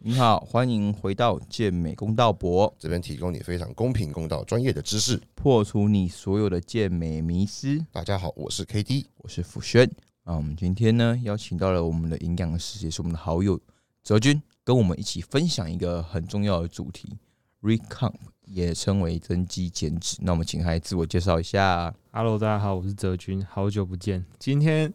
您好，欢迎回到健美公道博，这边提供你非常公平、公道、专业的知识。破除你所有的健美迷思。大家好，我是 KD。我是福轩啊，我们今天呢邀请到了我们的营养师，也是我们的好友泽君，跟我们一起分享一个很重要的主题 ——recomp，也称为增肌减脂。那我们请他来自我介绍一下。 Hello，大家好，我是泽君，好久不见。今天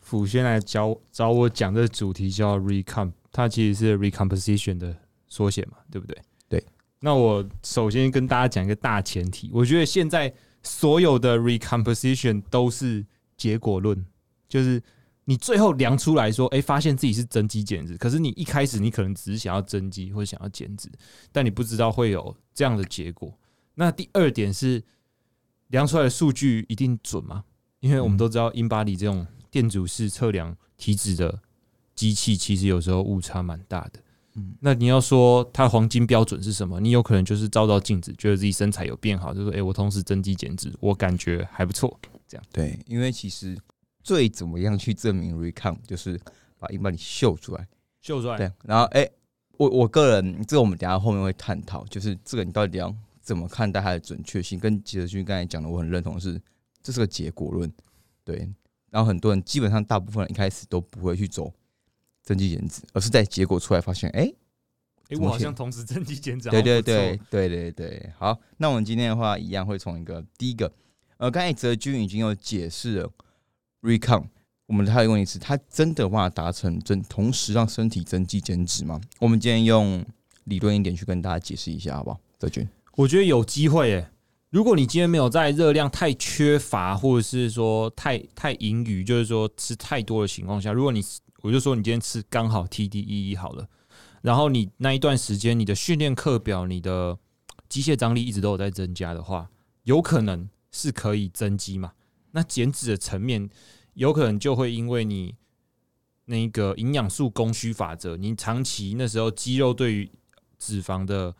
辅轩来教找我讲这个主题叫 recomp，它其实是 recomposition 的缩写嘛，对不对？对。那我首先跟大家讲一个大前提，我觉得现在所有的 recomposition 都是结果论，就是你最后量出来说，哎、发现自己是增肌减脂，可是你一开始你可能只是想要增肌或者想要减脂，但你不知道会有这样的结果。那第二点是，量出来的数据一定准吗？因为我们都知道嗯 InBody 这种电阻式测量体脂的机器，其实有时候误差蛮大的。嗯那你要说它黄金标准是什么？你有可能就是照照镜子，觉得自己身材有变好，就说：“诶，我同时增肌减脂，我感觉还不错。对，因为其实最怎么样去证明 recomp，就是把硬把你秀出来。”秀出来对，然后哎、我我个人这个我们等一下后面会探讨，就是这个你到底要怎么看待它的准确性，跟杰德逊刚才讲的我很认同是，这是个结果论，对。然后很多人基本上大部分人一开始都不会去走增肌减脂，而是在结果出来发现，哎、诶，怎么我好写像同时增肌减脂，对好对像不错对，对对对，好，那我们今天的话一样会从一个第一个，呃，刚才泽君已经有解释了 recon，我们还有一个问题是，它真的有办法达成真同时让身体增肌减脂吗？我们今天用理论一点去跟大家解释一下，好不好？泽君，我觉得有机会耶。如果你今天没有在热量太缺乏，或者是说太太盈余，就是说吃太多的情况下，如果你我就说你今天吃刚好 TDEE 好了，然后你那一段时间你的训练课表、你的机械张力一直都有在增加的话，有可能是可以增肌嘛？那减脂的层面，有可能就会因为你那个营养素供需法则，你长期那时候肌肉对于脂肪的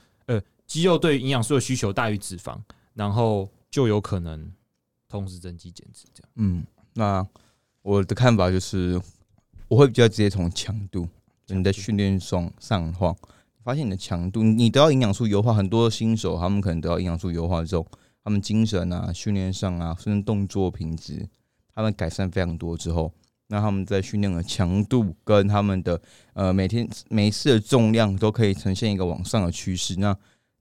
肌肉对营养素的需求大于脂肪，然后就有可能同时增肌减脂这样。嗯，那我的看法就是，我会比较直接从强度，你在训练上上的话，发现你的强度，你得到营养素优化，很多新手他们可能得到营养素优化之后，他们精神啊、训练上啊，甚至动作品质，他们改善非常多之后，那他们在训练的强度跟他们的呃每天每一次的重量都可以呈现一个往上的趋势。那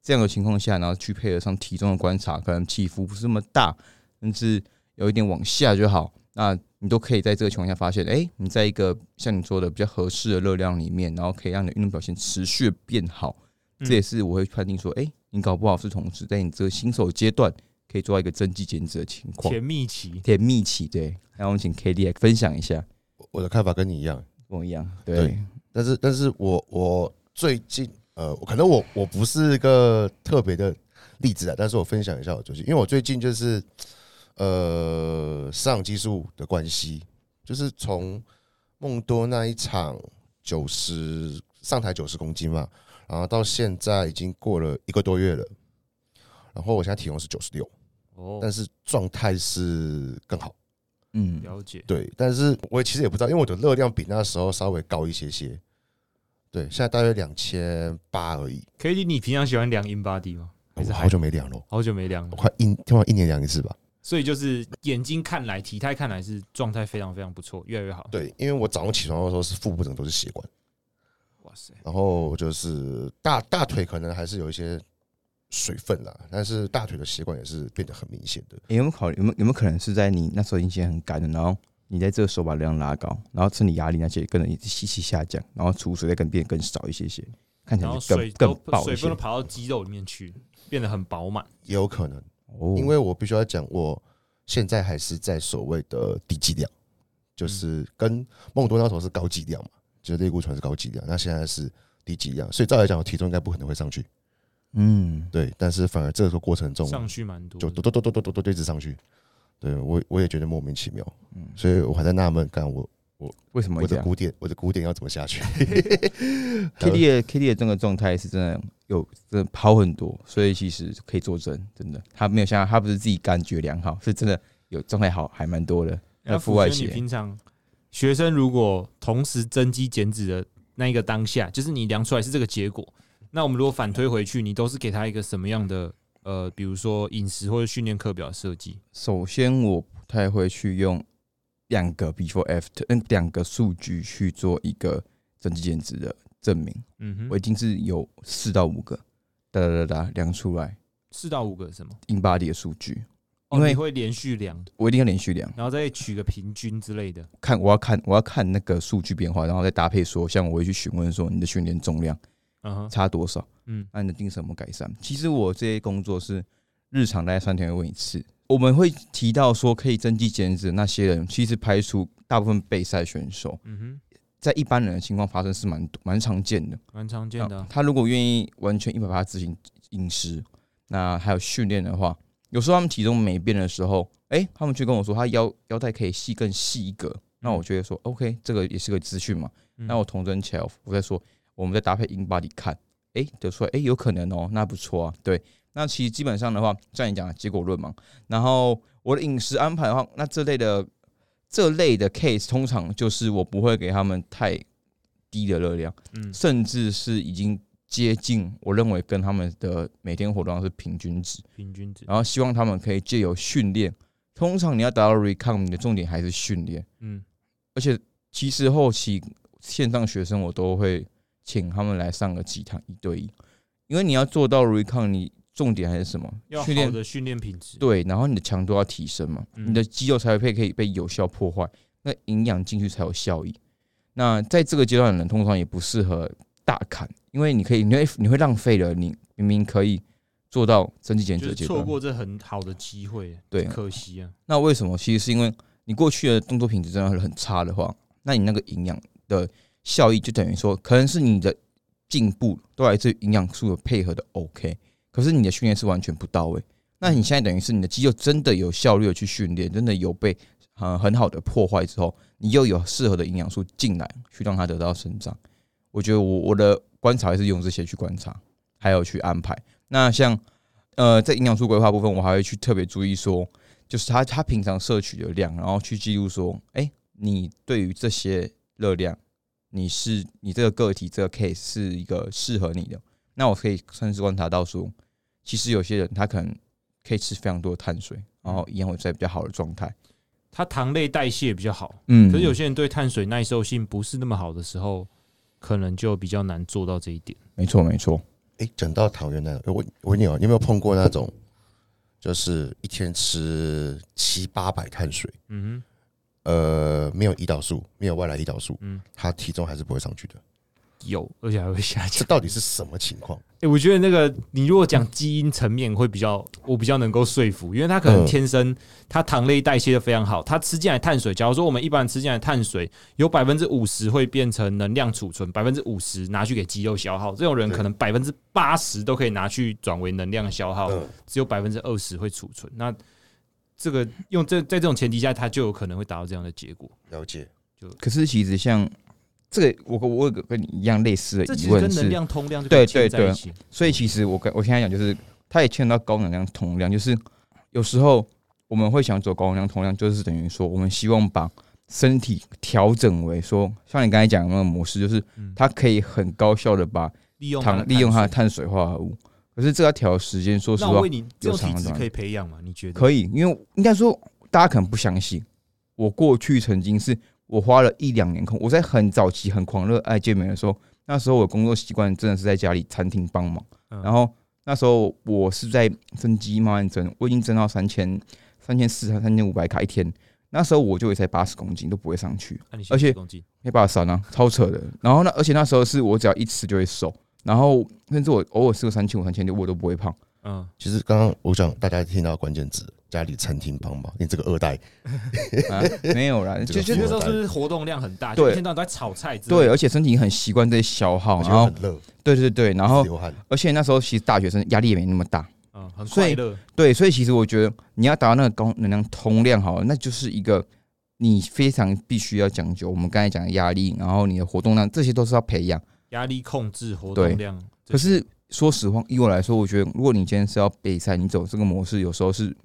这样的情况下，然后去配合上体重的观察，可能起伏不是那么大，甚至有一点往下就好，那你都可以在这个情况下发现，哎、你在一个像你说的比较合适的热量里面，然后可以让你的运动表现持续地变好。嗯这也是我会判定说，哎、你搞不好是同时在你这个新手阶段可以做到一个增肌减脂的情况，甜蜜期，甜蜜期对。那我们请 K D 来分享一下，我的看法跟你一样，跟我一样，对但是，但是我我最近呃，可能我我不是一个特别的例子啊，但是我分享一下我最近，因为我最近就是呃，市场激素的关系，就是从梦多那一场九十上台九十公斤嘛，然后到现在已经过了一个多月了，然后我现在体重是九十六，哦但是状态是更好。嗯，了解，对，但是我也其实也不知道，因为我的热量比那时候稍微高一些些。对，现在大约两千八而已， K D，你平常喜欢量 in body 吗？还我是好还久没量了，好久没量我了，快一通常一年量一次吧。所以就是眼睛看来、体态看来是状态非常非常不错，越来越好。，对，因为我早上起床的时候是腹部整个都是血管，哇塞，然后就是大大腿可能还是有一些水分啦，但是大腿的血管也是变得很明显的。诶有没有考虑有没有有没有可能是在你那时候已经很干了，然后你在这个时候把热量拉高，然后身体压力那些跟着一起一起下降，然后储水再更变得更少一些些，看起然来后就水更都更爆水一些分都。跑到肌肉里面去，变得很饱满。也有可能，哦因为我必须要讲，我现在还是在所谓的低剂量，就是跟梦多那时候是高剂量嘛，就是类固醇是高剂量，那现在是低剂量，所以照来讲，我体重应该不可能会上去，嗯，对，但是反而这个过程中上去蛮多就的，嘟嘟嘟嘟嘟嘟嘟嘟一直上去，对我我也觉得莫名其妙嗯，所以我还在纳闷，干我为什么我会这的样古典我的古典要怎么下去？ ？K D 的 K D 的这个状态是真的有真的跑很多，所以其实可以作证，真的他没有像他不是自己感觉良好，是真的有状态好还蛮多的。那那辅腹外轩你斜平常学生如果同时增肌减脂的那一个当下，就是你量出来是这个结果。那我们如果反推回去，你都是给他一个什么样的呃，比如说饮食或者训练课表的设计？首先，我不太会去用两个 before after，嗯，两个数据去做一个整体减脂的证明。嗯我已哼，经是有四到五个，哒哒哒哒量出来四到五个是什么？ in body 的数据，哦，因为你会连续量，我一定要连续量。然后再取个平均之类的。看我要看我要看那个数据变化，然后再搭配说，像我会去询问说你的训练重量嗯哼，差多少，啊嗯那你的定什么改善？其实我这些工作是日常大概三天会问一次。我们会提到说可以增肌减脂的那些人，其实排除大部分备赛选手，嗯哼，在一般人的情况发生是蛮蛮常见的。蛮常见的啊、他如果愿意完全一百八执行饮食，那还有训练的话，有时候他们体重没变的时候，哎、他们就跟我说他腰腰带可以细更细一格，那我就会说 OK，这个也是个资讯嘛。嗯那我统整起来，我再说，我们再搭配 in body 看，哎、得出来，哎、有可能哦、那不错啊，对。那其实基本上的话，像你讲的结果论嘛，然后我的饮食安排的话，那这类的这类的 case 通常就是我不会给他们太低的热量。嗯甚至是已经接近我认为跟他们的每天活动量是平均值，平均值，然后希望他们可以借由训练。通常你要达到 recon，你的重点还是训练，嗯而且其实后期线上学生我都会请他们来上个几堂一对一，因为你要做到 recon，你重点还是什么要？训好练的训练品质。对，然后你的强度要提升嘛，嗯你的肌肉才会可以被有效破坏，那营养进去才有效益。那在这个阶段的人，通常也不适合大砍，因为你可以，你会你会浪费了，你明明可以做到增肌减脂就的是阶错段。过这很好的机会，对可惜啊。那为什么？其实是因为你过去的动作品质真的很差的话，那你那个营养的效益就等于说，可能是你的进步都来自于营养素的配合的 OK，可是你的训练是完全不到位。那你现在等于是你的肌肉真的有效率的去训练，真的有被呃很好的破坏之后，你又有适合的营养素进来，去让它得到生长。我觉得我我的观察还是用这些去观察，还有去安排。那像呃在营养素规划部分，我还会去特别注意说，就是他他平常摄取的量，然后去记录说，哎、你对于这些热量，你是你这个个体这个 case 是一个适合你的。那我可以甚至观察到说，其实有些人他可能可以吃非常多的碳水，然后一样会在比较好的状态。它糖类代谢比较好，嗯可是有些人对碳水耐受性不是那么好的时候，可能就比较难做到这一点。没错没错，哎、讲到糖原奶，我我问你哦，你有没有碰过那种，就是一天吃七八百碳水，嗯哼，呃，没有胰岛素，没有外来胰岛素，嗯嗯，他体重还是不会上去的。有，而且还会下这 降。到底是什么情况？哎、我觉得那个你如果讲基因层面会比较，我比较能够说服，因为他可能嗯天生他糖类代谢的非常好，他吃进来碳水，假如说我们一般人吃进来碳水有百分之五十会变成能量储存，百分之五十拿去给肌肉消耗，这种人对可能百分之八十都可以拿去转为能量消耗，嗯只有百分之二十会储存。那这个用这在这种前提下，他就有可能会达到这样的结果。了解，可是其实像这个，我我有个跟你一样类似这的其疑实跟问能是，量通量就对可对以嵌在一对起。所以其实我跟我现在讲就是，它也牵扯到高能量通量，就是有时候我们会想走高能量通量，就是等于说我们希望把身体调整为说，像你刚才讲的那个模式，就是嗯它可以很高效的把利用它的糖利用它的碳碳水化合物，可是这要调时间，说实水，那话我问你，这有种体长质短可以培养吗？你觉得？可以，因为应该说大家可能不相信，我过去曾经是我花了一两年空，我在很早期很狂热爱健美的时候，那时候我工作习惯真的是在家里餐厅帮忙，嗯然后那时候我是在增肌慢慢增，我已经增到三千、三千四、三千五百卡一天，那时候我就才八十公斤都不会上去，那你而且公斤，黑把伞啊，超扯的。然后呢，而且那时候是我只要一吃就会瘦，然后甚至我偶尔吃个三千五、三千六，我都不会胖。嗯，其实刚刚我想大家听到关键字，家里餐厅帮忙，你这个二代，啊、没有啦，就这个就那我时候在是不是活动量很大？对就一天到晚都在炒菜之类对，的，而且身体很习惯这些消耗，而且然又后很热，对对对，然后流汗，而且那时候其实大学生压力也没那么大，嗯，很所快以乐，对，所以其实我觉得你要达到那个高能量通量好了，那就是一个你非常必须要讲究我们刚才讲的压力，然后你的活动量，这些都是要培养。压力控制，活对动量。可是说实话，以我来说，我觉得如果你今天是要备赛，你走这个模式，有时候是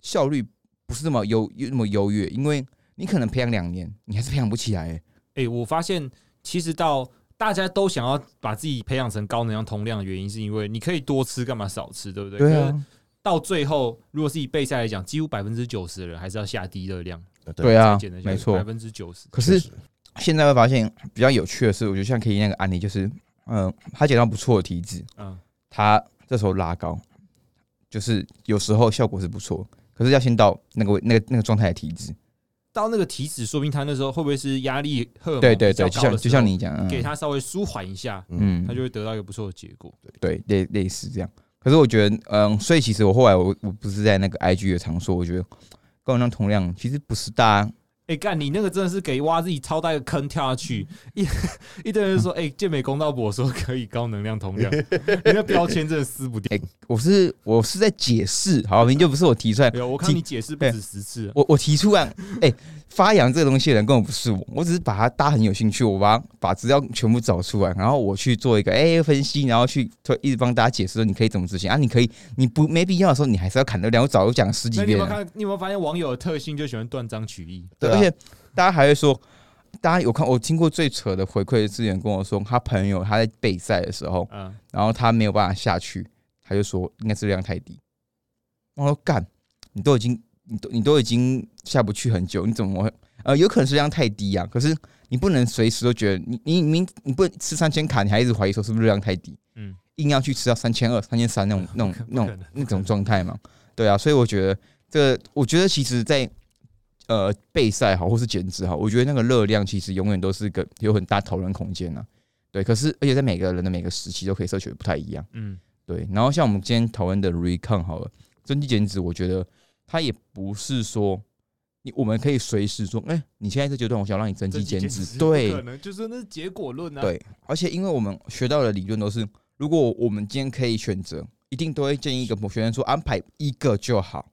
效率不是那么优那么优越，因为你可能培养两年，你还是培养不起来、欸。哎、我发现其实到大家都想要把自己培养成高能量通量的原因，是因为你可以多吃，干嘛少吃，对不对？对可是啊，到最后，如果是以备赛来讲，几乎百分之九十的人还是要下低热量。呃对啊简单，没百错。分之九十。可确是实现在会发现比较有趣的是，我觉得像 K 那个案例，就是嗯、呃他减到不错的体脂，嗯，他这时候拉高，就是有时候效果是不错，可是要先到那个位那个那个状态的体脂。到那个体脂，说明他那时候会不会是压力荷尔蒙对对比较对，高就的像时就候像你讲，嗯给他稍微舒缓一下，嗯，他就会得到一个不错的结果。对类类似这样。可是我觉得，嗯，所以其实我后来我我不是在那个 IG 的场所，我觉得跟我那同量其实不是大家哎、干你那个真的是给挖自己超大一个坑跳下去，嗯一一 堆人就说，哎、健美公道博说可以高能量同量，你那标签真的撕 不掉。我是我是在解释，好，明明就不是我提出来没，有，我看你解释不止十次了，我我提出来，哎、发扬这个东西的人根本不是我，我只是把它大家很有兴趣，我把它把资料全部找出来，然后我去做一个哎、分析，然后去推一直帮大家解释说你可以怎么执行啊，你可以你不没必要的时候你还是要砍流量，我早就讲了十几那你有遍没有了，看？你有没有发现网友的特性就喜欢断章取义？对啊而且大家还会说。大家有看我听过最扯的回馈资源跟我说，他朋友他在备赛的时候，嗯，然后他没有办法下去，他就说应该是热量太低。我说干，你都已经你都你都已经下不去很久，你怎么会？呃，有可能是热量太低啊，可是你不能随时都觉得你你明你不能吃三千卡，你还一直怀疑说是不是热量太低，嗯嗯，硬要去吃到三千二、三千三那种那 种不可那不种可能那种状态嘛，对啊，所以我觉得这个，我觉得其实在，呃备赛好或是减脂好，我觉得那个热量其实永远都是一个有很大讨论空间啊，对，可是而且在每个人的每个时期都可以摄取得不太一样。嗯，对，然后像我们今天讨论的 recon 好了，增肌减脂，我觉得它也不是说你我们可以随时说，哎、你现在这阶段我想让你增肌减脂，不可对能就是那是结果论啊。，对，而且因为我们学到的理论都是，如果我们今天可以选择，一定都会建议一个学生说安排一个就好，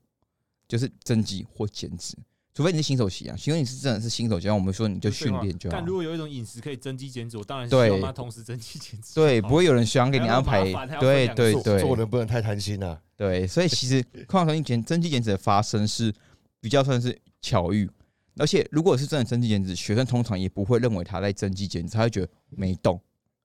就是增肌或减脂，除非你是新手期啊，除非你是真的是新手期，我们说你就训练就好但，如果有一种饮食可以增肌减脂，我当然希对望它同时增肌减脂。对，好不会有人想给你还要安排麻烦还，要对分两对做对，做人不能太贪心啊。对，所以其 实矿糖性减增肌减脂的发生是比较算是巧遇，而且如果是真的增肌减脂，学生通常也不会认为他在增肌减脂，他会觉得没动，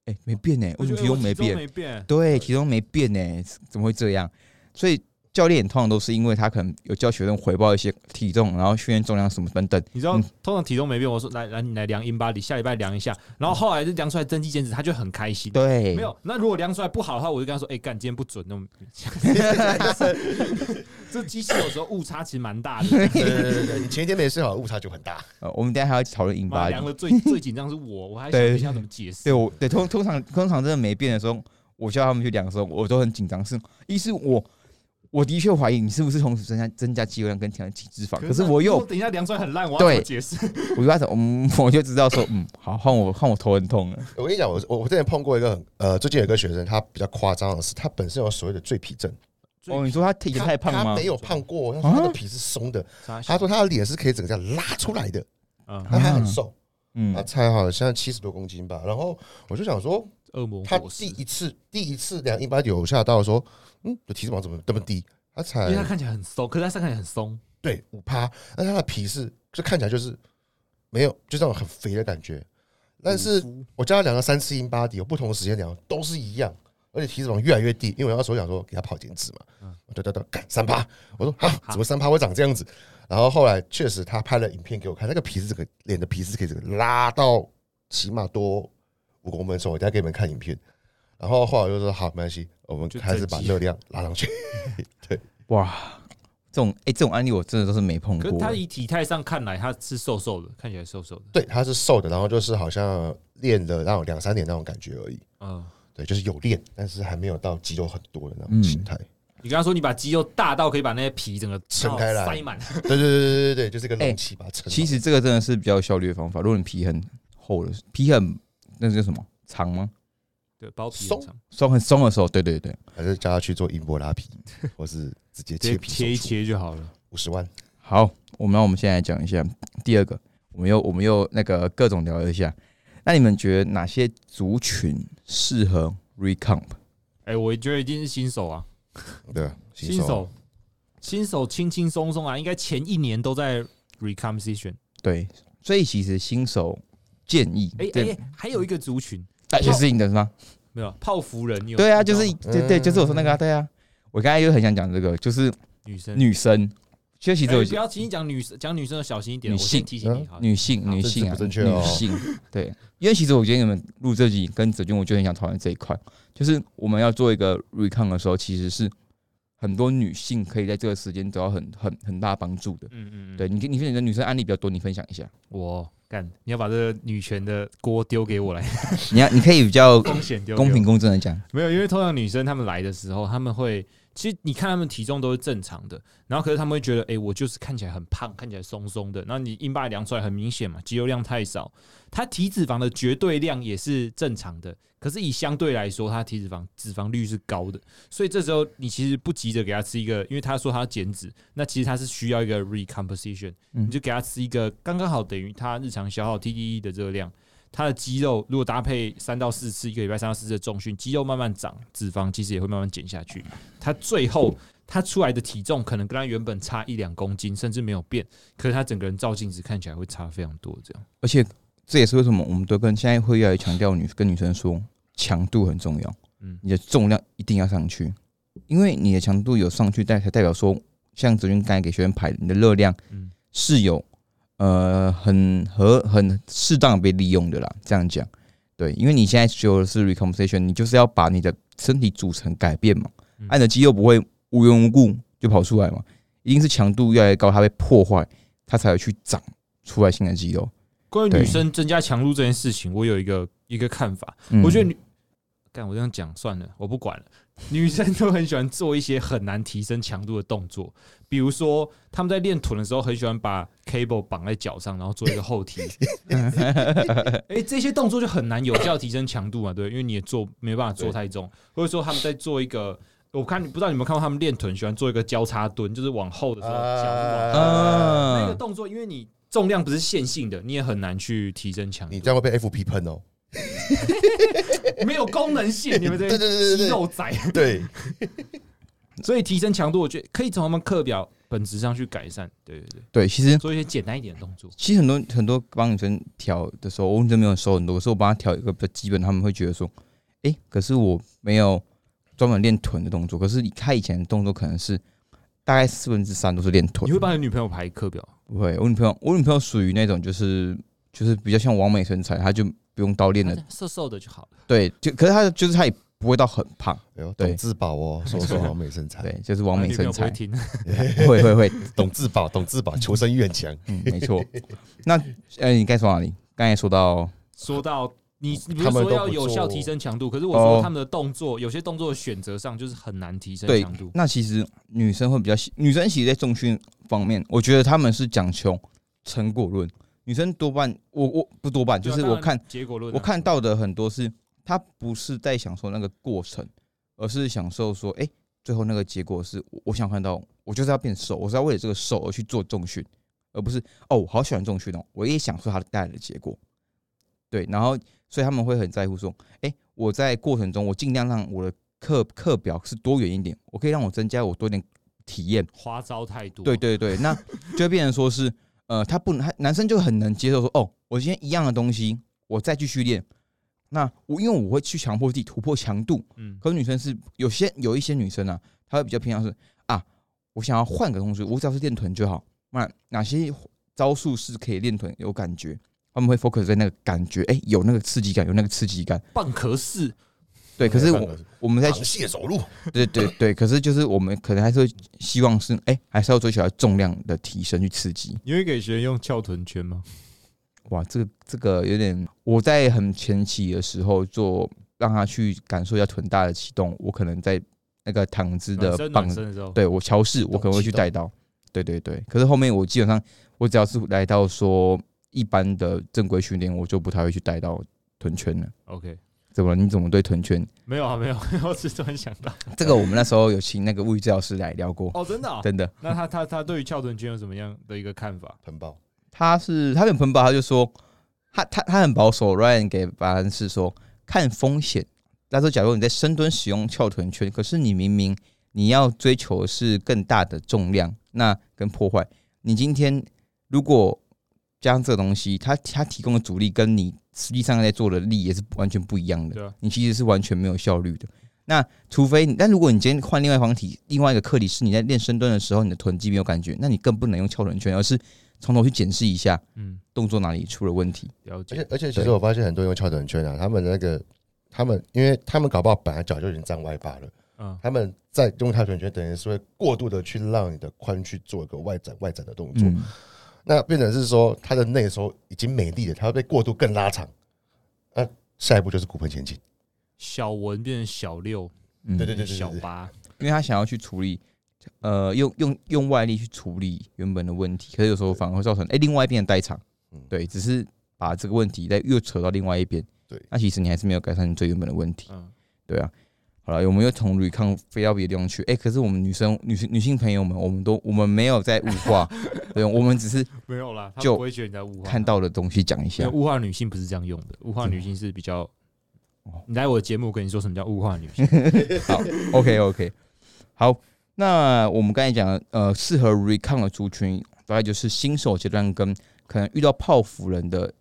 哎、没变呢、我为什觉么得体我重没体重变？没变，对，体重没变呢、怎么会这样？所以教练通常都是因为他可能有教学生回报一些体重，然后训练重量什么等等，你知道嗯，通常体重没变，我说来来，你来量 in body，下礼拜量一下，然后后来就量出来增肌减脂，他就很开心。嗯对，没有，那如果量出来不好的话，我就跟他说：“哎、干，今天不准。”那种， 这机器有时候误差其实蛮大的。对对对对对，你前一天没睡好，误差就很大。呃，我们等一下还要讨论引妈，发量了最最紧张是我，我还想对一下怎么解释。对，我对通通常通常真的没变的时候，我叫他们去量的时候，我都很紧张。是，一是我我的确怀疑你是不是同时增加增加肌肉量跟体体脂肪，可是那我又如果等一下量出来很烂，我要怎么对解释？我就开始嗯，我就知道说嗯，好换我换我头很痛了。我跟你讲，我我我之前碰过一个很呃，最近有一个学生，他比较夸张的是，他本身有所谓的赘皮症，最哦，你说他体他太胖他吗没？有胖过，他的皮是松的。他说他的脸是可以整个这样拉出来的，嗯，他还很瘦，嗯他，才啊好像七十多公斤吧。然后我就想说，恶魔他果实，第因一次第一次量一八九下到说，嗯，这体脂肪怎么这么低？他才为他看起来很松，可是他看起来很松。对五趴，但他的皮是就看起来就是没有，就这种很肥的感觉。但是嗯我叫他量了三次英巴底，有不同的时间量都是一样，而且体脂肪越来越低，因为我那时候想说给他跑减脂嘛，我对对对，干三趴，我说啊，怎么三趴会长这样子？然后后来确实他拍了影片给我看，那个皮是这个脸的皮是可以这个拉到起码多五公分瘦，我等一下给你们看影片。然后后来我就说好，没关系，我们就开始增把肌热量拉上去。哇，这种哎、这种案例我真的都是没碰可是过。他以体态上看来，他是瘦瘦的，看起来瘦瘦的。对，他是瘦的，然后就是好像练了那种两三年那种感觉而已。嗯，对，就是有练，但是还没有到肌肉很多的那嗯种形态。你刚刚说你把肌肉大到可以把那些皮整个哦撑开来塞满，对对对对对对，就是一个容器吧。撑好其实这个真的是比较有效率的方法。如果你皮很厚了，皮很那个叫什么长吗？对，包皮很松长，松很松的时候，对对对，还是叫他去做音波拉皮，或是直接直接切皮切一切就好了。五十万。好，我们让我们现在讲一下第二个，我们又我们又那个各种聊了一下。那你们觉得哪些族群适合 recomp？哎、我觉得一定是新手啊，对，新手，新手轻轻松松啊，应该前一年都在 recomposition。对，所以其实新手建议，哎、哎、对，还有一个族群大学适应的是吗？没有泡芙人有对啊，你知就道是吗对对，就是我说那个啊，对啊，我刚才又很想讲这个，就是女生女生，其实其实哎我不要轻易讲女生，讲女生的小心一点。女我先性提醒你哈，女性，好女性啊，政治不正确哦女性，对，因为其实我今天你们录这集跟子君，我就很想讨论这一块，就是我们要做一个 recon 的时候，其实是很多女性可以在这个时间得到很很很大帮助的。嗯嗯嗯，对，你跟你跟你的女生案例比较多，你分享一下。我干，你要把这个女权的锅丢给我来，你要你可以比较风险丢给我公平公正的讲，没有，因为通常女生她们来的时候，她们会其实你看她们体重都是正常的，然后可是她们会觉得，哎、我就是看起来很胖，看起来松松的。然后你硬把它量出来，很明显嘛，肌肉量太少。她体脂肪的绝对量也是正常的，可是以相对来说，她体脂肪脂肪率是高的，所以这时候你其实不急着给她吃一个，因为她说她要减脂，那其实她是需要一个 recomposition，嗯你就给她吃一个刚刚好等于她日常消耗 TDE 的热量。他的肌肉如果搭配三到四次一个礼拜三到四次的重训，肌肉慢慢长，脂肪其实也会慢慢减下去。他最后他出来的体重可能跟他原本差一两公斤，甚至没有变，可是他整个人照镜子看起来会差非常多。这样，而且这也是为什么我们都跟现在会越来越强调女跟女生说强度很重要，嗯你的重量一定要上去，因为你的强度有上去，代才代表说，像子君刚才给学员排的，你的热量嗯是有呃很和很适当地被利用的啦，这样讲。对，因为你现在学的是 recompensation，你就是要把你的身体组成改变嘛，嗯按、你的肌肉不会无缘无故就跑出来嘛，一定是强度越来越高，它被破坏，它才会去长出来新的肌肉。关于对女生增加强度这件事情，我有一个一个看法，嗯我觉得女，干我这样讲算了，我不管了。 女生都很喜欢做一些很难提升强度的动作，比如说她们在练臀的时候，很喜欢把 cable 绑在脚上，然后做一个后踢。哎、这些动作就很难有效提升强度嘛，对，因为你也做没办法做太重，或者说他们在做一个，我看不知道你们有没有看过他们练臀喜欢做一个交叉蹲，就是往后的时候脚是往啊，后啊那个动作，因为你重量不是线性的，你也很难去提升强度你。这样会被 FP 喷哦。没有功能性，你们这对对对对对些肌肉仔。对，所以提升强度，我觉得可以从他们课表本质上去改善。对对对，对，其实做一些简单一点的动作。其实很多很多帮女生调的时候，我女生没有收很多，可是我帮她调一个比较基本，他们会觉得说，诶，可是我没有专门练臀的动作，可是她以前的动作可能是大概四分之三都是练臀你。会帮你女朋友排课表？不会，我女朋友我女朋友属于那种就是就是比较像完美身材，她就不用刀练她了这。样瘦瘦的就好了。对，就可是她就是她也不会到很胖，哎呦，对董志宝哦，说说完美身材，对，就是完啊美女身朋友不会材，听。 会会会，董志宝，董志宝，求生欲很强。嗯，没错。那呃，你该说哪里？刚才说到说到你，你不他是们说都要不有效做提升强度？可是我说哦他们的动作，有些动作的选择上就是很难提升对强度，。那其实女生会比较喜，女生其实在重训方面，我觉得她们是讲求成果论。女生多半，我我不多半，就对啊是当我然看结果论啊，我看到的很多是，她不是在享受那个过程，而是享受说，哎、最后那个结果是我我想看到，我就是要变瘦，我是要为了这个瘦而去做重训，而不是哦，我好喜欢重训哦，我也享受它带来的结果。对，然后所以他们会很在乎说，哎、我在过程中我尽量让我的课课表是多元一点，我可以让我增加我多点体验。花招太多。对对对， 那就会变成说是，呃，他不能，他男生就很能接受说，哦，我今天一样的东西，我再继续练。那我因为我会去强迫自己突破强度，嗯，可是女生是有些有一些女生啊，她会比较偏向是啊，我想要换个东西，我只要是练臀就好。那哪些招数是可以练臀有感觉？他们会 focus 在那个感觉，哎、有那个刺激感，有那个刺激感。蚌壳式对，可是没我办法我们在螃蟹走路，对对对，可是就是我们可能还是会希望是，哎、还是要追求到重量的提升去刺激。你会给学员用翘臀圈吗？哇，这个这个有点，我在很前期的时候做，让他去感受一下臀大的启动，我可能在那个躺姿的暖身暖棒，啊身的时候，对我调试，我可能会去带到，对对对。可是后面我基本上，我只要是来到说一般的正规训练，我就不太会去带到臀圈了。 ，OK，怎么了？你怎么对臀圈？没有啊， 没有，我只是突然想到，这个我们那时候有请那个物理治疗师来聊过，哦，真的啊，真的，那他他他对于翘臀圈有什么样的一个看法？喷爆，他是他很喷吧，他就说他他他很保守。Ryan 给答案是说看风险。他说，假如你在深蹲使用翘臀圈，可是你明明你要追求的是更大的重量，那跟破坏，你今天如果加上这个东西，它它提供的阻力跟你实际上在做的力也是完全不一样的。对啊你其实是完全没有效率的。那除非你，但如果你今天换另外一方体，另外一个课题是你在练深蹲的时候，你的臀肌没有感觉，那你更不能用翘臀圈，而是从头去检视一下嗯，动作哪里出了问题。了而解且，而且，其实我发现很多人用翘臀圈啊，他们那个他们，因为他们搞不好本来脚就已经站外八了，嗯，他们在用翘臀圈，等于是会过度的去让你的髋去做一个外展外展的动作，嗯，那变成是说他的内收已经没力了，他会被过度更拉长。那下一步就是骨盆前倾，小文变成小六，嗯对对对对小八，因为他想要去处理，呃，用用用外力去处理原本的问题，可是有时候反而会造成哎、诶另外一边的代偿嗯，对，只是把这个问题再又扯到另外一边，对那其实你还是没有改善你最原本的问题，嗯，对啊。好了，我们又从 recon 飞到别的地方去，哎、可是我们女生、女性、女性朋友们，我们都我们没有在物化，对，我们只是没有啦，他就不会觉得你在物化，看到的东西讲一因下为。物化女性不是这样用的，物化女性是比较哦。你来我的节目，我跟你说什么叫物化女性。 好，OK OK，好，那我们刚才讲的，呃，适合 recon 的族群，大概就是新手阶段跟可能遇到泡芙人的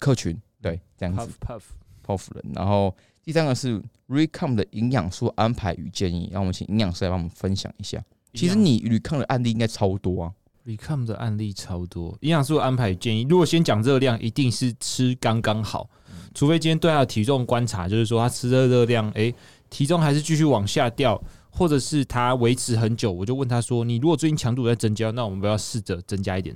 客群，对，这样 puff 子 puff，泡芙人。然后第三个是 recon 的营养素安排与建议，让我们请营养师来帮我们分享一下。其实你 recon 的案例应该超多啊， Recom 的案例超多，营养素安排与建议，如果先讲热量，一定是吃刚刚好，除非今天对他的体重观察，就是说他吃的热量，诶、体重还是继续往下掉，或者是他维持很久，我就问他说，你如果最近强度有在增加，那我们不要试着增加一点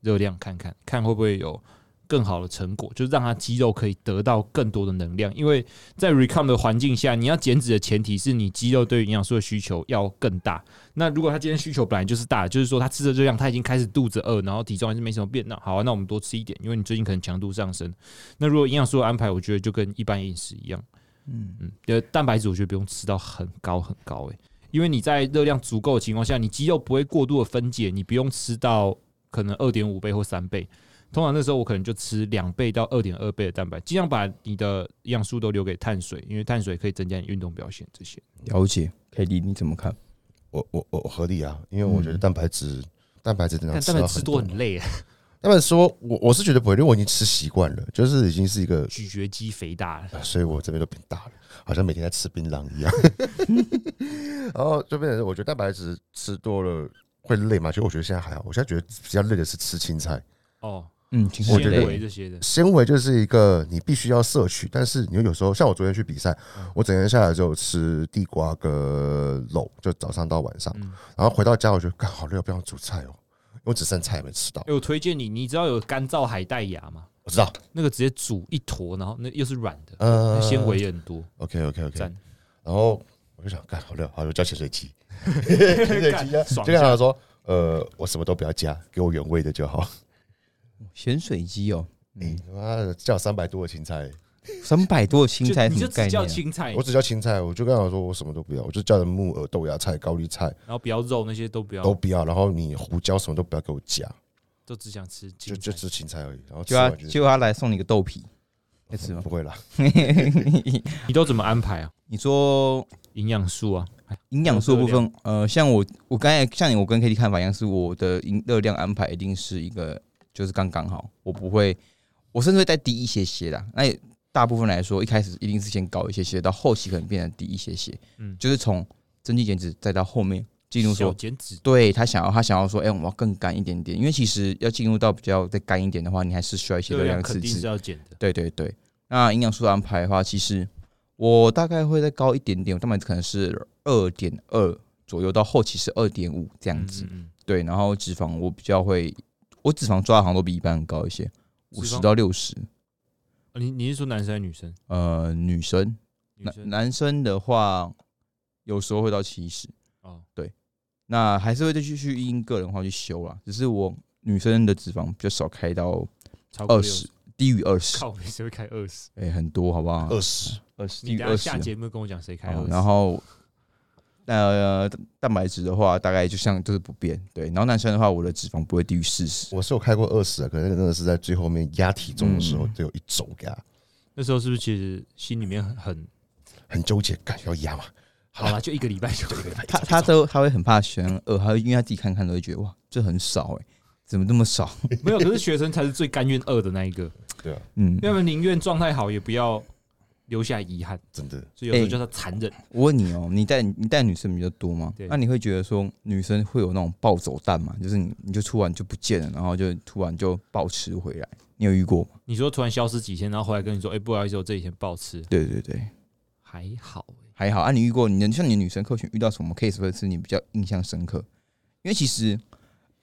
热量看看，看会不会有更好的成果，就是让他肌肉可以得到更多的能量，因为在 Recom 的环境下，你要减脂的前提是你肌肉对于营养素的需求要更大，那如果他今天需求本来就是大的，就是说他吃的热量他已经开始肚子饿，然后体重还是没什么变，那好啊，那我们多吃一点，因为你最近可能强度上升。那如果营养素的安排，我觉得就跟一般饮食一样，嗯，嗯，呃，蛋白质我觉得不用吃到很高很高、欸，因为你在热量足够的情况下，你肌肉不会过度的分解，你不用吃到可能二点五倍或三倍。通常那时候我可能就吃两倍到二点二倍的蛋白，尽量把你的营养素都留给碳水，因为碳水可以增加你运动表现这些。了解。凯莉，你怎么看？我我我合理啊，因为我觉得嗯蛋白质、蛋白质真的但要蛋到白很质多很累、欸。他们说，我我是觉得不会，因为我已经吃习惯了，就是已经是一个，咀嚼肌肥大了。呃所以我这边都变大了，好像每天在吃槟榔 一样。然后就变成是，我觉得蛋白质吃多了会累嘛，其实我觉得现在还好，我现在觉得比较累的是吃青菜，哦，嗯，其实纤觉得维这些的，纤维就是一个你必须要摄取，但是你又有时候像我昨天去比赛，嗯我整天下来就吃地瓜跟肉，就早上到晚上，嗯，然后回到家我就干好累，我不想煮菜哦，因为我只剩菜也没吃到哎、。我推荐你，你知道有干燥海带芽吗？我知道，那个直接煮一坨，然后那又是软的，呃那纤维也很多， OK OK OK，赞。然后我就想，干好累，好，我叫潜水机，干潜水机啊，爽就跟一下他说，呃，我什么都不要加，给我原味的就好。咸水鸡哦，你嗯，他妈的叫三百多的青菜，三百多的青就菜你什就么概只念叫啊？青菜我，只叫青菜，我就跟他说我什么都不要，我就叫的木耳、豆芽菜、高丽菜然后不要肉那些都不要，都不要，然后你胡椒什么都不要给我加，都只想吃就青菜。就吃青菜而已。然后吃就要完就是啊就要来送你个豆 皮，要吃吗不？会啦，你都怎么安排啊？你说营养素啊，营养素的部分，呃，像我我刚才像你，我跟 K T 看法一样，是我的营热量安排一定是一个就是刚刚好，我不会，我甚至会再低一些些啦。那也大部分来说，一开始一定是先高一些些，到后期可能变得低一些些，嗯就是从增肌减脂再到后面进入小说，减脂，对他想要他想要说，哎、我要更干一点点，因为其实要进入到比较再干一点的话，你还是需要一些热热量量啊肯刺定激是。要减的。对对对，那营养素的安排的话，其实我大概会再高一点点，我蛋白质可能是二点二左右，到后期是二点五这这样子。嗯，对，然后脂肪我比较会，我脂肪抓的好像都比一般人高一些，脂五肪十到六十。哦你你是说男生还是女生？呃，女生女男生男生的话，有时候会到七十，哦，那还是会再继续因个人化去修啦。只是我女生的脂肪比较少开到超过二六十，，低于二十，靠北，谁会开二十？哎，很多好不好？二十二十低你于等下二十下。节目跟我讲谁开哦二十。然后呃蛋白质的话，大概就像就是不变，对。然后男生的话，我的脂肪不会低于四十，我是有开过二十啊，可是那个真的是在最后面压体重的时候，嗯只有一周给他，那时候是不是其实心里面很很很纠结，干要压嘛，好了，就一个礼拜就这个礼拜一周呃他他都他会很怕选二，他会因为他自己看看都会觉得哇，这很少哎、怎么这么少？ 没有，可是学生才是最甘愿饿的那一个，对啊，嗯，要么宁愿状态好，也不要留下遗憾。真的所以有时候哎叫他残忍。我问你哦，你带你带女生比较多吗对？那你会觉得说女生会有那种暴走蛋吗？就是你你就突然就不见了，然后就突然就暴吃回来，你有遇过吗？你说突然消失几天，然后回来跟你说，哎、不好意思，我这几天暴吃，对对对，还好、欸。还好啊。你遇过你的像你的女生客群遇到什么 case 会是你比较印象深刻？因为其实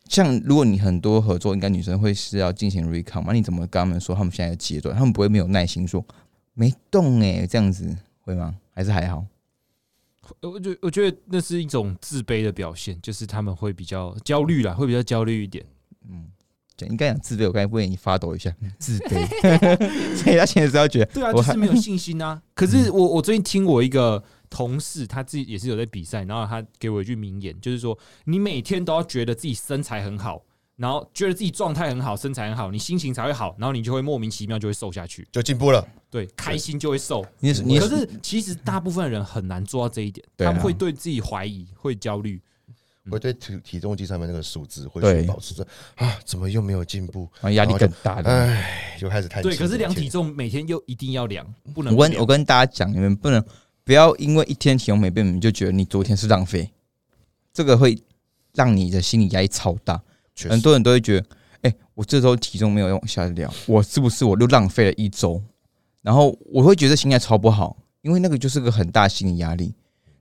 像如果你很多合作，应该女生会是要进行 recon 嘛？你怎么跟他们说他们现在的阶段？他们不会没有耐心说没动哎、这样子会吗？还是还好？呃我觉我觉得那是一种自卑的表现，就是他们会比较焦虑啦，会比较焦虑一点。嗯，讲应该讲自卑，我刚才为你发抖一下，自卑， 所以他现在是要觉得对啊，我就还是没有信心啊。 可是我我最近听我一个同事，他自己也是有在比赛，然后他给我一句名言，就是说你每天都要觉得自己身材很好，然后觉得自己状态很好，身材很好，你心情才会好，然后你就会莫名其妙就会瘦下去。就进步了。对，开心就会瘦。你你可是其实大部分人很难做到这一点，对啊他们会对自己怀疑，会焦虑。会对体体重计上面那个数字会对去保持着啊，怎么又没有进步？啊压力更大呃了。唉，又开始叹气。对，可是量体天重每天又一定要量，不能我不跟量我跟大家讲，你们不能不要因为一天体重没变，你就觉得你昨天是浪费，这个会让你的心理压力超大。确实很多人都会觉得，哎、我这周体重没有往下掉，我是不是我就浪费了一周？然后我会觉得心态超不好，因为那个就是个很大心理压力，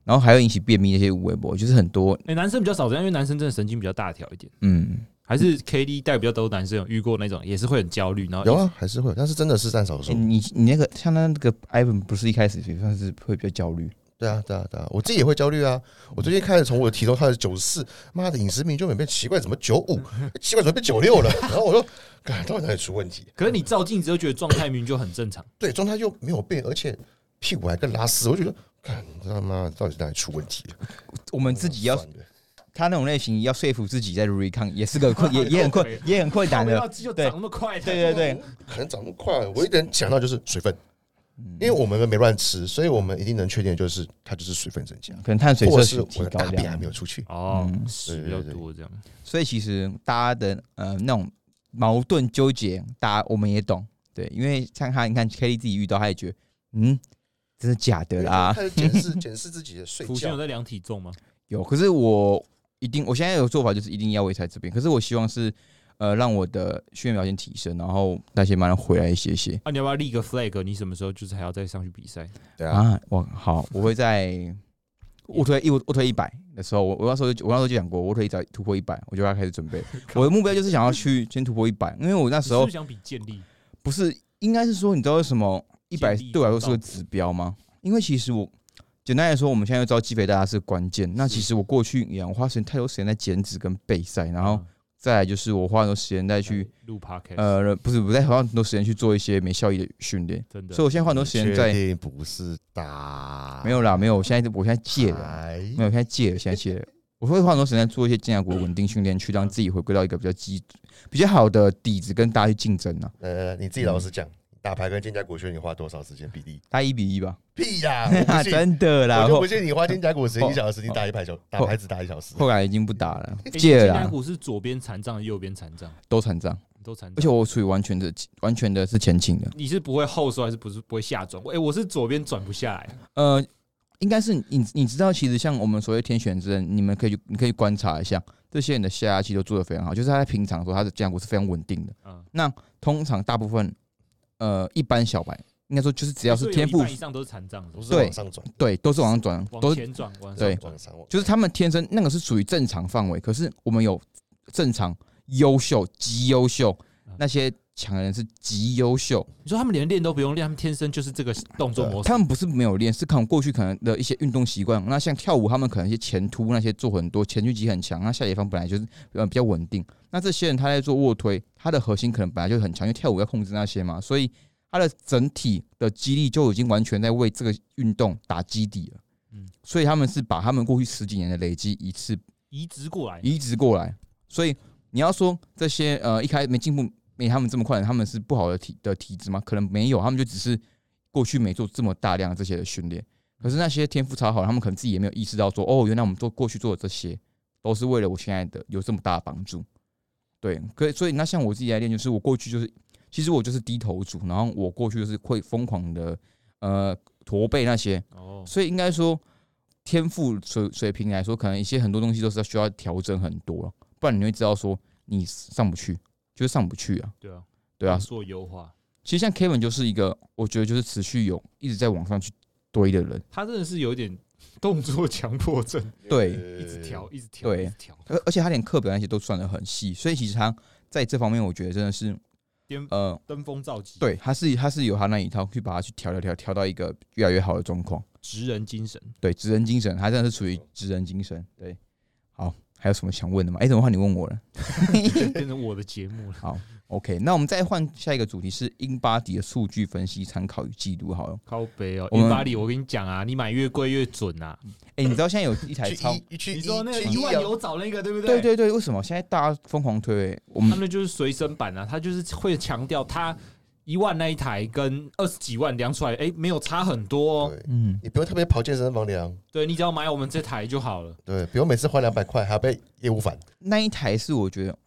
然后还会引起便秘那些微博，就是很多哎、男生比较少这样，因为男生真的神经比较大条一点。嗯。还是 K D 带比较多的男生有遇过那种，也是会很焦虑，然后有啊，还是会有，但是真的是占少欸、数。你你那个像他那个 Ivan 不是一开始也算是会比较焦虑，对啊，对啊，对啊，我自己也会焦虑啊。我最近开始从我的体重开始九十四，妈的饮食名就很变奇怪，怎么九五？ 哎奇怪，怎么变九六了？然后我说，感到底哪里出问题？可是你照镜子就觉得状态明明就很 正常，对，状态又没有变，而且屁股还更拉丝，我就觉得，看他妈到底哪里出问 题了？我们自己要哦算了他那种类型要说服自己在 recon 也是个困， 也也很困，也很困难要的。肌就对长那么快的，对对对，可能长那么快，我一点想到就是水分，因为我们没乱吃，所以我们一定能确定就是它就是水分增加，可能碳水摄或者是取我提的高大便还量没，有出去。哦，嗯屎比较多这样。所以其实大家的呃那种矛盾纠结，大家我们也懂，对，因为像他，你看 Kelly 自己遇到，他也觉得，嗯，这是假的啦，开始检视检视自己的睡福星有觉，在量体重吗？ 有，可是我一定，我现在有做法就是一定要维持在这边，可是我希望是呃让我的训练表现提升，然后代谢慢慢回来一些些。啊，你要不要立个 flag？你什么时候就是还要再上去比赛？对，啊，我好，我会在卧推一卧推一百的时候，我我那时候就我那时候就讲过，我卧推一百突破一百，我就要开始准 备。我的目标就是想要去先突破一百，因为我那那时候想比健力，不是应该是说，你知道为什么一百建立对我来说到是个指标吗？因为其实我简单来说，我们现在要知道肌肥大是关键。那其实我过去一样，我花时间太多时间在减脂跟备赛，然后再来就是我花很多时间再去嗯录 podcast，呃，不是我在花很多时间去做一些没效益的训练，真的所以。我现在花很多时间在。定不是打没有啦，没有，我现在我现在戒了，没有，现在戒了，现在戒了。我会花很多时间做一些肩胛骨的稳定训练，去让自己回归到一个比较基、比较好的底子，跟大家去竞争啊呢、来来来，呃你自己老实嗯讲，打牌跟肩胛骨训你花多少时间比例？大家一比一吧，屁 呀，我不信，啊真的啦。我就后不信你花肩胛骨时间一小时，你打一排球，打后牌只打一小时。哦后来已经不打了，诶戒了肩胛啦，骨是左边残障，右边残障，都残障，你都残障。而且我处于完全的、完全的是前倾的。你是不会后收还是不是不会下转？哎、我是左边转不下来，呃，应该是你你知道，其实像我们所谓天选之人，你们可以去你可以观察一下，这些人的下压期都做得非常好，就是他在平常的时候他的肩胛骨是非常稳定的。嗯，通常大部分呃一般小白，应该说就是只要是所以有天一赋半以上都是残障的，不是对往上转，对，都是往上转，往都前转，往对上往转，上往，就是他们天生那个是属于正常范围，可是我们有正常、优秀、极优秀嗯，那些强的人是极优秀，你说他们连练都不用练，他们天生就是这个动作模式。他们不是没有练，是看过去可能的一些运动习惯。那像跳舞，他们可能一些前凸那些做很多，前屈肌很强，那下斜方本来就是呃比较稳定。那这些人他在做卧推，他的核心可能本来就很强，因为跳舞要控制那些嘛，所以他的整体的肌力就已经完全在为这个运动打基底了。嗯嗯，所以他们是把他们过去十几年的累积一次移植过来，移植过来。所以你要说这些呃一开始没进步没他们这么快的，他们是不好的体的体质吗？可能没有，他们就只是过去没做这么大量这些的训练。可是那些天赋超好的，他们可能自己也没有意识到说，哦，原来我们做过去做的这些，都是为了我现在的有这么大的帮助。对，可以，所以那像我自己来练，就是我过去就是，其实我就是低头族，然后我过去就是会疯狂的呃驼背那些，哦，所以应该说天赋水水平来说，可能一些很多东西都是需要调整很多了，不然你会知道说你上不去，就是上不去啊，对啊，对啊。做优化，其实像 Kevin 就是一个，我觉得就是持续有一直在往上去堆的人，他真的是有点 动作强迫症，呃对，一直调，一直调，对一直调，而而且他连课表那些都算得很细，所以其实他在这方面，我觉得真的是巅呃，登峰造极，，对，他是他是有他那一套去把它去调调调调到一个越来越好的状况。职人精神。对，职人精神，他真的是处于职人精神。对，好，还有什么想问的吗？哎、怎么换你问我了？变成我的节目了。好，OK，那我们再换下一个主题是英巴迪的数据分析、参考与记录。好了，靠北哦，我英们巴里，我跟你讲啊，你买越贵越准啊。哎、你知道现在有一台去超？一去你说那个去一万啊有找那个，对不对对对对，为什么现在大家疯狂推、我他们们就是随身版啊，他就是会强调他一万那一台跟二十几万量出来，哎、没有差很多哦。对，嗯，你不用特别跑健身房量，对你只要买我们这台就好了。对，不用每次花两百块还要被业务烦。那一台是我觉得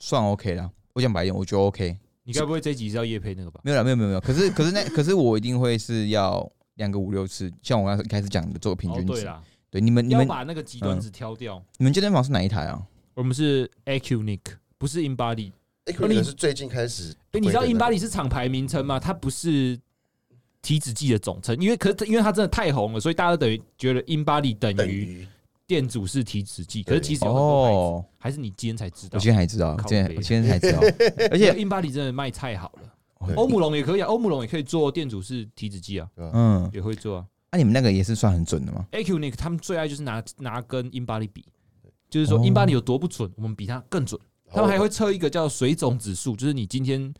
算 OK 啦。我讲白一点，我觉得 OK。你该不会这集是要夜配那个吧？没有啦，没有没有没有。可是可是那可是我一定会是要两个五六次，像我刚才一开始讲的做个平哦均，对值。啦，对，你们你嗯要们把那个极端值挑掉。你们健身房是哪一台啊？我们是 Acunic，不是 Inbody。哎，可能是最近开始推哎、的那个，你知道 Inbody 是厂牌名称吗？它不是体脂计的总称，因为可是因为它真的太红了，所以大家都等于觉得 Inbody 等等于于电阻式体脂计，可对是其实有很多牌子，哦，还是你今天才知道我。今天才知道，靠今天北我今天才知道，而而且且 Inbody 真的卖太好了，对欧姆龙也可以啊，欧姆龙也可以做电阻式体脂计啊，嗯，也会做啊。那、你们那个也是算很准的吗？ Acunic 他们最爱就是拿拿跟 Inbody 比，就是说哦 Inbody 有多不准，我们比它更准。他们还会会测一个叫水肿指数，就是你今天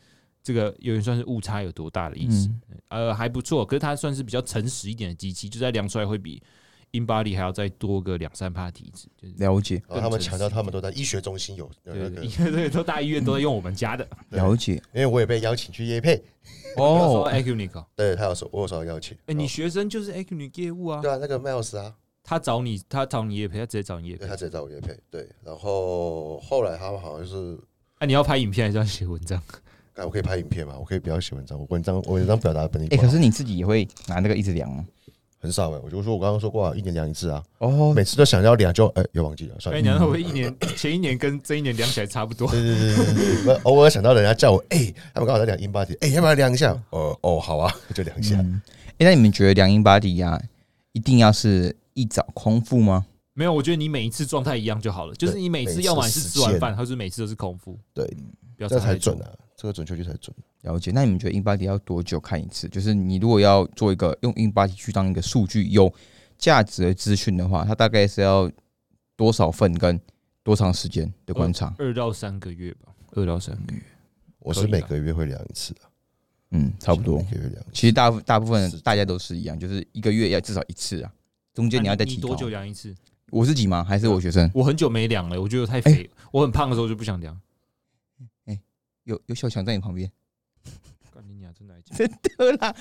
这个有点算是误差有多大的意思。嗯，呃，还不错，可是它算是比较诚实一点的机器，就在量出来会比 Inbody 还要再多个两三帕体脂，就是了解他们强调他们都在医学中心有有那对个对，，因为这个都大医院都在用我们家的。对了解因为我也被邀请去夜配，哦哦， ，Acunic，哦对他有说，我有说邀请。哎，你哦学生就是 Acunic 业务啊对，啊，那个 Miles 啊，他找你，他找你也配，他直接找你也对配。他直接找我夜配，对，然后后来他们好像是。那、啊你要拍影片还是要写文章？哎，我可以拍影片嘛？我可以不要写文章，我文章我文章表达本意哎、不可好是你自己也会拿那个一直量吗？很少哎、我就说我刚刚说过啊，一年量一次啊，哦，每次都想要量就哎、又忘记了，算哎、了。你难道会一年 前一年跟这一年量起来差不多？对对对对对，我偶尔想到人家叫我，哎、他们刚好在量 in body，哎、要不要量一下？哦哦，好啊， 就量一下。嗯，哎、那你们觉得量英巴迪呀，一定要是一早空腹吗？没有，我觉得你每一次状态一样就好了。就是你每次每次要么你是吃完实饭，或是每次都是空腹，对，不要这差才太多准。啊，这个准确率才准。了解。那你们觉得英巴迪要多久看一次？就是你如果要做一个用英巴迪去当一个数据有价值的资讯的话，它大概是要多少份跟多长时间的观察？二到三个月吧，二到三个月。我可是以啊每个月会量一次啊，嗯，差不多每。个月量一次。其实大部大部分是大家都是一样，就是一个月要至少一次啊，中间你要再那你提你高。多久量一次？我自己吗？还是我学生？我很久没量了，我觉得我太哎肥了，我很胖的时候就不想量。有有小强在你旁边？干你娘，真来讲，真的啦，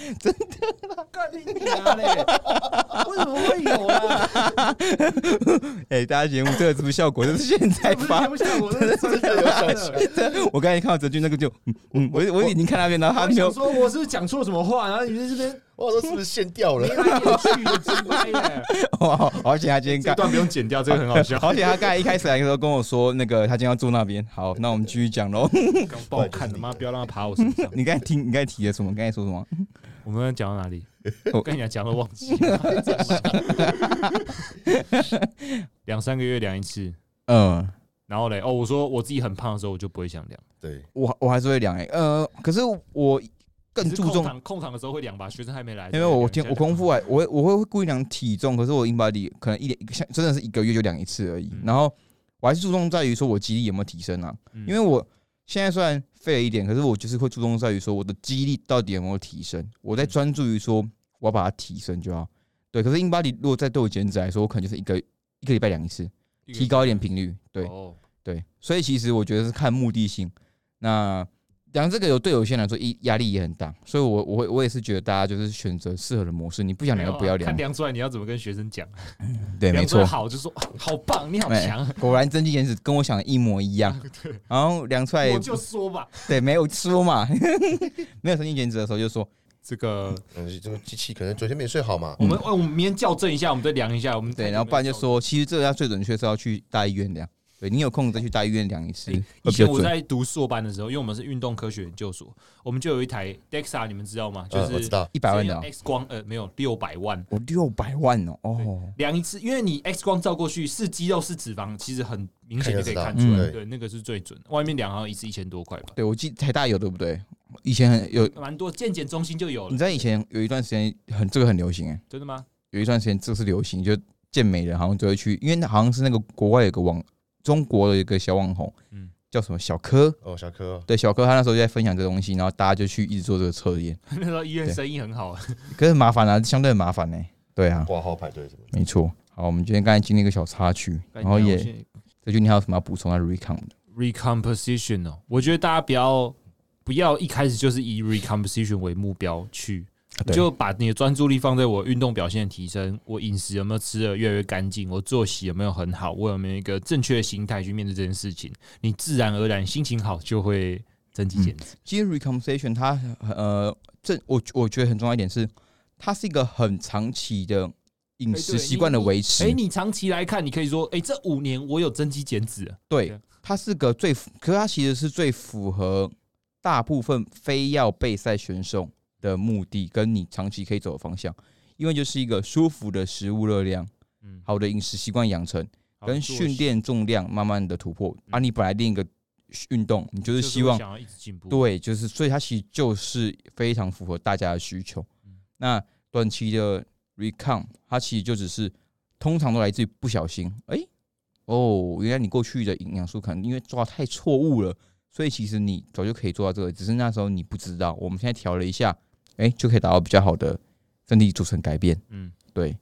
干你娘嘞！ 为什么会有啊？哎、大家节目这个直播效果就是现在发。不像 我的真的有想我刚才看到泽俊那个就，嗯嗯，我我已经看那边，然后他没有说我是不是讲错什么话，然后你们这边我说是不是线掉了？ 来点去的鸡掰耶！哇，好好险他今天 这干，，段不用剪掉，这个很好笑 好险他刚才一开始来的时候跟我说那个他今天要坐那边。好，那我们继续讲喽。帮我看的，妈不要让他爬我身上。 你刚才听，你刚才提了什么？刚才说什么？我们刚讲到哪里？我我跟你讲，讲都忘 记了。两三个月量一次，嗯，然后嘞，哦，我说我自己很胖的时候，我就不会想量。对，我我还是会量哎、呃，可是我更你是注空重场空场的时候会量吧，学生还没来，因为我今天我空腹还我会我会故意量体重，可是我 in body 可能一两像真的是一个月就量一次而已嗯。然后我还是注重在于说我肌力有没有提升啊，嗯因为我现在虽然废了一点，可是我就是会注重在于说我的肌力到底有没有提升，我在嗯专注于说我要把它提升就好。对，可是 in body 如果再对我减脂来说，我可能就是一个一个礼拜量一次，提高一点频率。对哦，对，所以其实我觉得是看目的性。那讲这个有对有些人来说压压力也很大，所以我我会我也是觉得大家就是选择适合的模式，你不想量就不要啊看量，量出来你要怎么跟学生讲？对，没量出来错，好就说啊好棒，你好哎强，果然真金颜值跟我想的一模一 样，然后量出来我就说吧，对没有输嘛， 没有真金颜值的时候就说这个嗯，这个机器可能昨天没睡好嘛，我们哎我们明天校正一下，我们再量一下，我们嗯对，然后不然就说其实这个要最准确是要去大医院量，对你有空再去大医院量一次会哎以比较前我准，在读硕班的时候，因为我们是运动科学研究所，我们就有一台 DEXA，你们知道吗？就呃是我知道，一百万的哦 X 光，呃，没有六百万我六百万哦，哦，量一次，因为你 X 光照过去是肌肉是脂肪，其实很明显就可以看看得出出来嗯来，对，那个是最准的。外面量好像一次一千多块吧，对我记台大有对不对？以前很有，蛮多健检中心就有你了，知道以前有一段时间很这个很流行哎、真的吗？ 有一段时间这是流行，就健美人好像都会去，因为那好像是那个国外有个网，中国的一个小网红，嗯嗯，叫什么小柯，哦，小柯哦，对，小柯他那时候就在分享这东西，然后大家就去一直做这个测验，那时候医院生意很哦好，可是很麻烦啊，相对很麻烦呢、对啊，挂号排队什么的，没错。好，我们今天刚才经历一个小插曲，然后也这句你还有什么要补充啊？Recon 的 recomposition 哦，我觉得大家不要不要一开始就是以 recomposition 为目标去，你对就把你的专注力放在我运动表现的提升，我饮食有没有吃的越来越干净，我作息有没有很好，我有没有一个正确的心态去面对这件事情，你自然而然心情好就会增肌减脂。其实 Recompensation 它呃，这我我觉得很重要一点是，它是一个很长期的饮哎对食习惯的你维持。哎、你长期来看，你可以说，哎、这五年我有增肌减脂了，对对，它是个最符，可是它其实是最符合大部分非要备赛选手的目的，跟你长期可以走的方向，因为就是一个舒服的食物热量，嗯，好的饮食习惯养成，好跟作息嗯训练重量慢慢的突破。啊，你本来另一个运动，你就是就希会望想要一直进步，对，就是所以它其实就是非常符合大家的需求。嗯那短期的 recon，它其实就只是通常都来自于不小心，哎、哦，原来你过去的营养素可能因为抓太错误了，所以其实你早就可以做到这个，只是那时候你不知道。我们现在调了一下，哎、就可以达到比较好的身体组成改变，嗯。对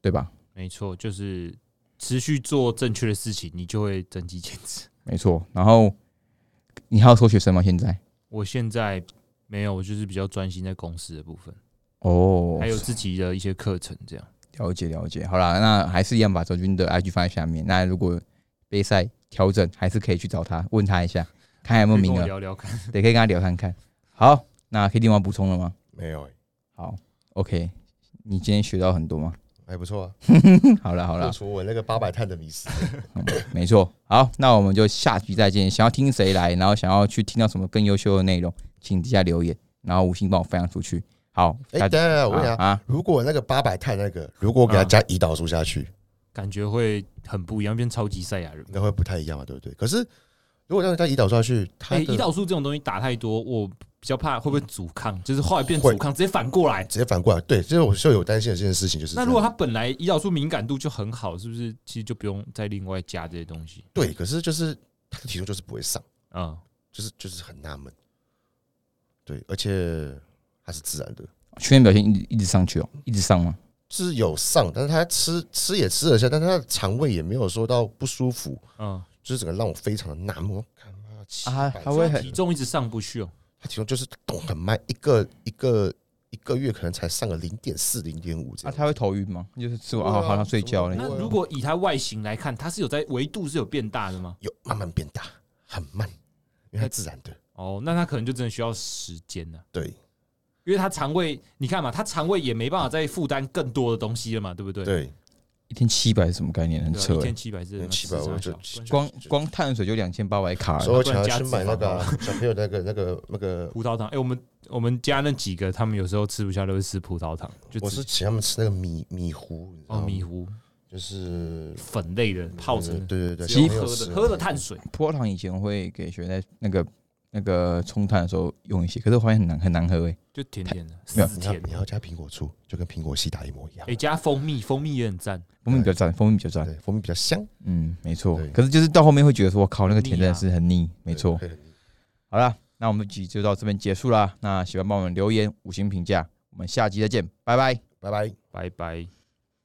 对吧？没错，就是持续做正确的事情，你就会增肌减脂。没错。然后你还要收学生吗？现在？ 我现在没有，我就是比较专心在公司的部分，哦，还有自己的一些课程这样。了解了解，好啦，那还是一样把周军的 IG 放在下面。那如果杯赛调整，还是可以去找他，问他一下，看有没有可以名跟额，我聊聊看。对，可以跟他聊看看。好，那 K D 要补充了吗？没有欸，好，OK，你今天学到很多吗？嗯还不错啊，好了好了破，除我那个八百碳的迷思。嗯没错。好，那我们就下集再见。想要听谁来，然后想要去听到什么更优秀的内容，请底下留言，然后五星帮我分享出去。好，哎，大等等，等等我问你啊啊，啊，如果那个八百碳那个，如果我给它加胰岛素下去，感觉会很不一样，变超级赛亚人应。该会不太一样嘛，对不对？可是如果让它加胰岛素下去，它哎、的胰岛素这种东西打太多，我比较怕会不会阻抗，就是后来变会阻抗，直接反过来。直接反过来，对，这是我就有担心的这件事情，就是那这如果样它本来胰岛素敏感度就很好，是不是其实就不用再另外加这些东西？对，可是就是它的体重就是不会上，嗯，就是就是很纳闷，对，而且它是自然的，训练表现一直一直上去哦，一直上吗？是有上，但是它吃吃也吃得下，但是它的肠胃也没有说到不舒服，嗯，就是整个让我非常的纳闷，我看妈啊700它会很体重一直上不去哦。它体重就是动很慢，一个一个一个月可能才上个零点四、零点五这啊，样。他会头晕吗？就是吃完不会啊，啊好想睡觉了不会。那啊如果以它外形来看，它是有在维度是有变大的吗？有慢慢变大，很慢，因为它自然的。哦，那它可能就真的需要时间了，对因为它肠胃，你看嘛，它肠胃也没办法再负担更多的东西了嘛，对不对？对对，一天七百是什么概念？啊，很扯一欸天。七百是一天700我就光就光碳水就两千八百卡欸了所以我想要去买那个啊小朋友那个那个那个，葡萄糖。哎、我们我们家那几个，他们有时候吃不下都会吃葡萄糖，就我只是请他们吃那个米米糊，你知道哦吗米糊就是粉类的泡着的，对对对，只有小朋友喝吃的喝的碳水，葡萄糖以前会给学生在那个那个冲碳的时候用一些，可是我发现很难很难喝欸诶。就甜甜的，没有死你要甜你的。要加苹果醋，就跟苹果西打一模一样哎、。加蜂蜜，蜂蜜也很赞。蜂蜜比较赞，蜂蜜比较赞。对，蜂蜜比较香，嗯，没错对。可是就是到后面会觉得说，我靠，那个甜腻真啊的是很腻。没错。对。好啦，那我们这集就到这边结束啦。那喜欢帮我们留言、五星评价，我们下集再见，拜拜。拜拜。拜拜。